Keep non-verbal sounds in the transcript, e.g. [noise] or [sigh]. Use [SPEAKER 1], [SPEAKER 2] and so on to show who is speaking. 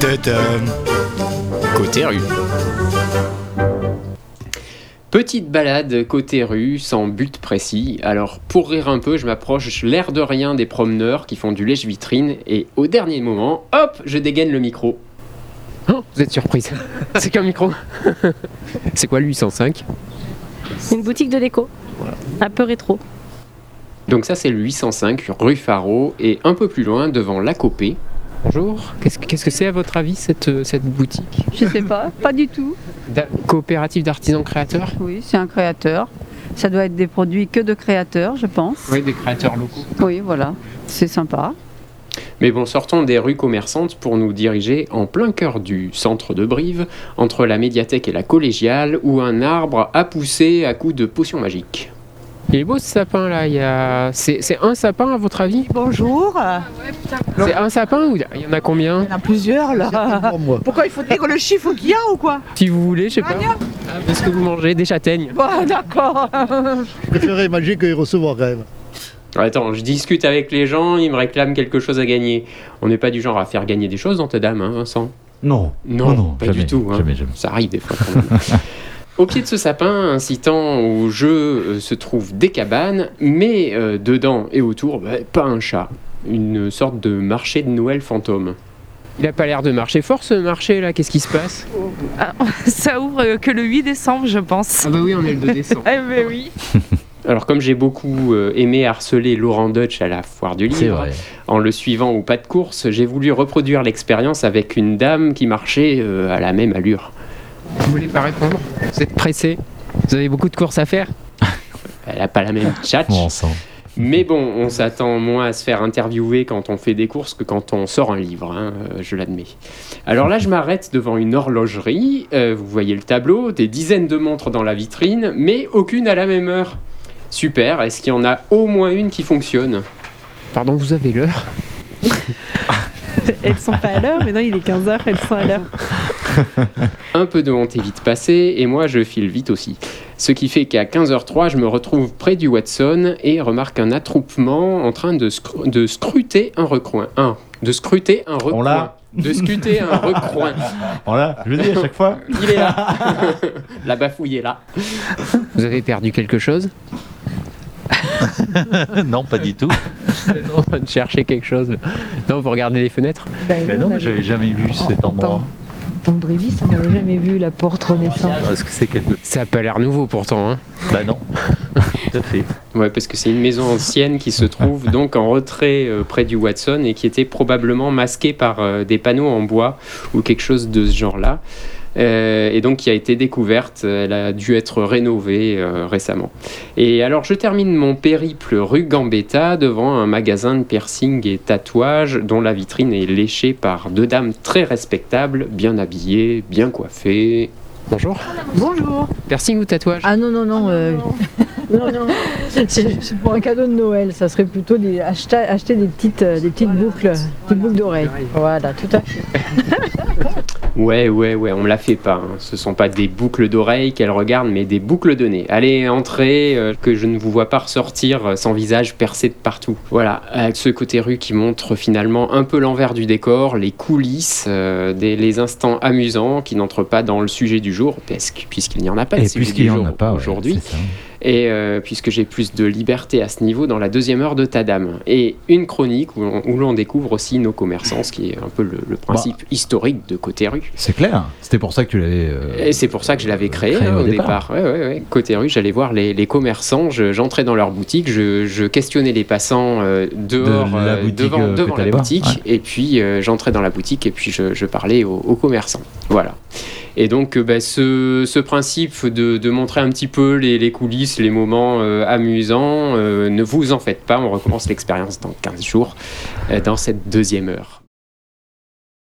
[SPEAKER 1] Tadam.
[SPEAKER 2] [laughs]
[SPEAKER 1] Côté rue.
[SPEAKER 3] Petite balade côté rue, sans but précis. Alors, pour rire un peu, je m'approche l'air de rien des promeneurs qui font du lèche-vitrine et au dernier moment, hop, je dégaine le micro. Oh, vous êtes surprise. [laughs] C'est qu'un micro. C'est quoi l'805
[SPEAKER 4] Une boutique de déco. Un peu rétro.
[SPEAKER 3] Donc ça, c'est le 805 rue Faro et un peu plus loin, devant la Copée. Bonjour. Qu'est-ce que qu'est-ce que c'est à votre avis cette, euh, cette boutique
[SPEAKER 5] Je sais pas, pas du tout.
[SPEAKER 3] D'a- Coopérative d'artisans créateurs
[SPEAKER 5] Oui, c'est un créateur. Ça doit être des produits que de créateurs, je pense.
[SPEAKER 3] Oui, des créateurs locaux.
[SPEAKER 5] Oui, voilà, c'est sympa.
[SPEAKER 3] Mais bon, sortons des rues commerçantes pour nous diriger en plein cœur du centre de Brive, entre la médiathèque et la collégiale, où un arbre a poussé à coups de potions magiques. Il est beau ce sapin là, il y a... c'est, c'est un sapin à votre avis
[SPEAKER 6] Bonjour, il
[SPEAKER 3] C'est un sapin ou il y en a combien
[SPEAKER 6] y en a plusieurs là. Pourquoi il faut dire le chiffre qu'il y a ou quoi
[SPEAKER 3] Si vous voulez, je sais pas. Est-ce que vous mangez des châtaignes
[SPEAKER 6] Bon, d'accord.
[SPEAKER 2] préférer manger que recevoir quand même.
[SPEAKER 3] Ah, Attends, je discute avec les gens, ils me réclament quelque chose à gagner. On n'est pas du genre à faire gagner des choses dans tes dames, hein, Vincent
[SPEAKER 7] Non.
[SPEAKER 3] Non,
[SPEAKER 7] Oh non,
[SPEAKER 3] pas
[SPEAKER 7] jamais,
[SPEAKER 3] du tout. hein.
[SPEAKER 7] jamais, jamais.
[SPEAKER 3] Ça arrive des fois. quand
[SPEAKER 7] [laughs]
[SPEAKER 3] même. Au pied de ce sapin, incitant au jeu, euh, se trouvent des cabanes, mais euh, dedans et autour, bah, pas un chat. Une sorte de marché de Noël fantôme. Il a pas l'air de marcher fort ce marché là, qu'est-ce qui se passe
[SPEAKER 4] [laughs] Ça ouvre euh, que le 8 décembre, je pense.
[SPEAKER 3] Ah bah oui, on est le 2 décembre.
[SPEAKER 4] [laughs] Eh ben oui.
[SPEAKER 3] Alors comme j'ai beaucoup euh, aimé harceler Laurent Dutch à la foire du livre,
[SPEAKER 7] C'est vrai.
[SPEAKER 3] en le suivant au pas de course, j'ai voulu reproduire l'expérience avec une dame qui marchait euh, à la même allure. Vous voulez pas répondre Vous êtes pressé Vous avez beaucoup de courses à faire Elle a pas la même tchatch.
[SPEAKER 7] On sent.
[SPEAKER 3] Mais bon, on s'attend moins à se faire interviewer quand on fait des courses que quand on sort un livre, hein, euh, je l'admets. Alors là, je m'arrête devant une horlogerie, euh, vous voyez le tableau, des dizaines de montres dans la vitrine, mais aucune à la même heure. Super, est-ce qu'il y en a au moins une qui fonctionne Pardon, vous avez l'heure
[SPEAKER 4] Elles sont pas à l'heure, mais non, il est 15h, elles sont à l'heure.
[SPEAKER 3] Un peu de honte est vite passé, et moi je file vite aussi. Ce qui fait qu'à 15h03, je me retrouve près du Watson et remarque un attroupement en train de, scru- de scruter un recoin. Un, de scruter un recoin.
[SPEAKER 7] On l'a
[SPEAKER 3] De scruter un
[SPEAKER 7] [laughs]
[SPEAKER 3] recoin.
[SPEAKER 7] Voilà, je le dis à chaque fois.
[SPEAKER 3] Il est là. La bafouille est là. Vous avez perdu quelque chose
[SPEAKER 7] [laughs] non, pas du tout.
[SPEAKER 3] Vous êtes en train de chercher quelque chose. Non, vous regardez les fenêtres.
[SPEAKER 8] Bah
[SPEAKER 7] Mais non, mais j'avais jamais vu cet endroit.
[SPEAKER 8] Oh, Vendredi, ça n'avait jamais vu la porte renaissante.
[SPEAKER 7] Est-ce que c'est quelque
[SPEAKER 3] Ça a pas l'air nouveau pourtant. Hein.
[SPEAKER 7] Bah
[SPEAKER 2] [laughs]
[SPEAKER 7] non. tout à fait.
[SPEAKER 3] Ouais, parce que c'est une maison ancienne qui se trouve donc en retrait euh, près du Watson et qui était probablement masquée par euh, des panneaux en bois ou quelque chose de ce genre-là. Euh, et donc qui a été découverte, euh, elle a dû être rénovée euh, récemment. Et alors je termine mon périple rue Gambetta devant un magasin de piercing et tatouages dont la vitrine est léchée par deux dames très respectables, bien habillées, bien coiffées. Bonjour.
[SPEAKER 8] Bonjour.
[SPEAKER 3] Piercing ou tatouage
[SPEAKER 8] Ah non, non, non. euh, [laughs] non, non. C'est c'est pour un cadeau de Noël. Ça serait plutôt des... acheter, acheter des petites, euh, des petites boucles, des boucles d'oreilles. Voilà, tout à fait.
[SPEAKER 3] Ouais, ouais, ouais, on me la fait pas. hein. Ce sont pas des boucles d'oreilles qu'elle regarde, mais des boucles de nez. Allez, entrez, euh, que je ne vous vois pas ressortir euh, sans visage percé de partout. Voilà, avec ce côté rue qui montre finalement un peu l'envers du décor, les coulisses, euh, des- les instants amusants qui n'entrent pas dans le sujet du jour, parce que- puisqu'il n'y en a pas de
[SPEAKER 7] Et
[SPEAKER 3] sujet
[SPEAKER 7] puisqu'il
[SPEAKER 3] du
[SPEAKER 7] n'y en
[SPEAKER 3] jour
[SPEAKER 7] a pas ouais,
[SPEAKER 3] aujourd'hui.
[SPEAKER 7] c'est ça.
[SPEAKER 3] Et euh, puisque j'ai plus de liberté à ce niveau dans la deuxième heure de Tadam. Et une chronique où l'on- où l'on découvre aussi nos commerçants, ce qui est un peu le, le
[SPEAKER 7] Bah.
[SPEAKER 3] principe historique de Côté Rue.
[SPEAKER 7] C'est clair. C'était pour ça que tu l'avais. euh,
[SPEAKER 3] Et c'est pour ça que je l'avais créé,
[SPEAKER 7] créé
[SPEAKER 3] hein,
[SPEAKER 7] au
[SPEAKER 3] au départ. Ouais, ouais, ouais. Côté rue, j'allais voir les, les commerçants, je- j'entrais dans leur boutique, je, je questionnais les passants euh, dehors,
[SPEAKER 7] De la
[SPEAKER 3] euh,
[SPEAKER 7] boutique,
[SPEAKER 3] devant,
[SPEAKER 7] euh, que
[SPEAKER 3] devant la
[SPEAKER 7] t'allais voir,
[SPEAKER 3] boutique,
[SPEAKER 7] ouais.
[SPEAKER 3] et puis euh, j'entrais dans la boutique et puis je, je parlais aux, aux commerçants. Voilà. Et donc, euh, bah, ce, ce principe de, de montrer un petit peu les, les coulisses, les moments euh, amusants, euh, ne vous en faites pas, on recommence l'expérience dans 15 jours, euh, dans cette deuxième heure.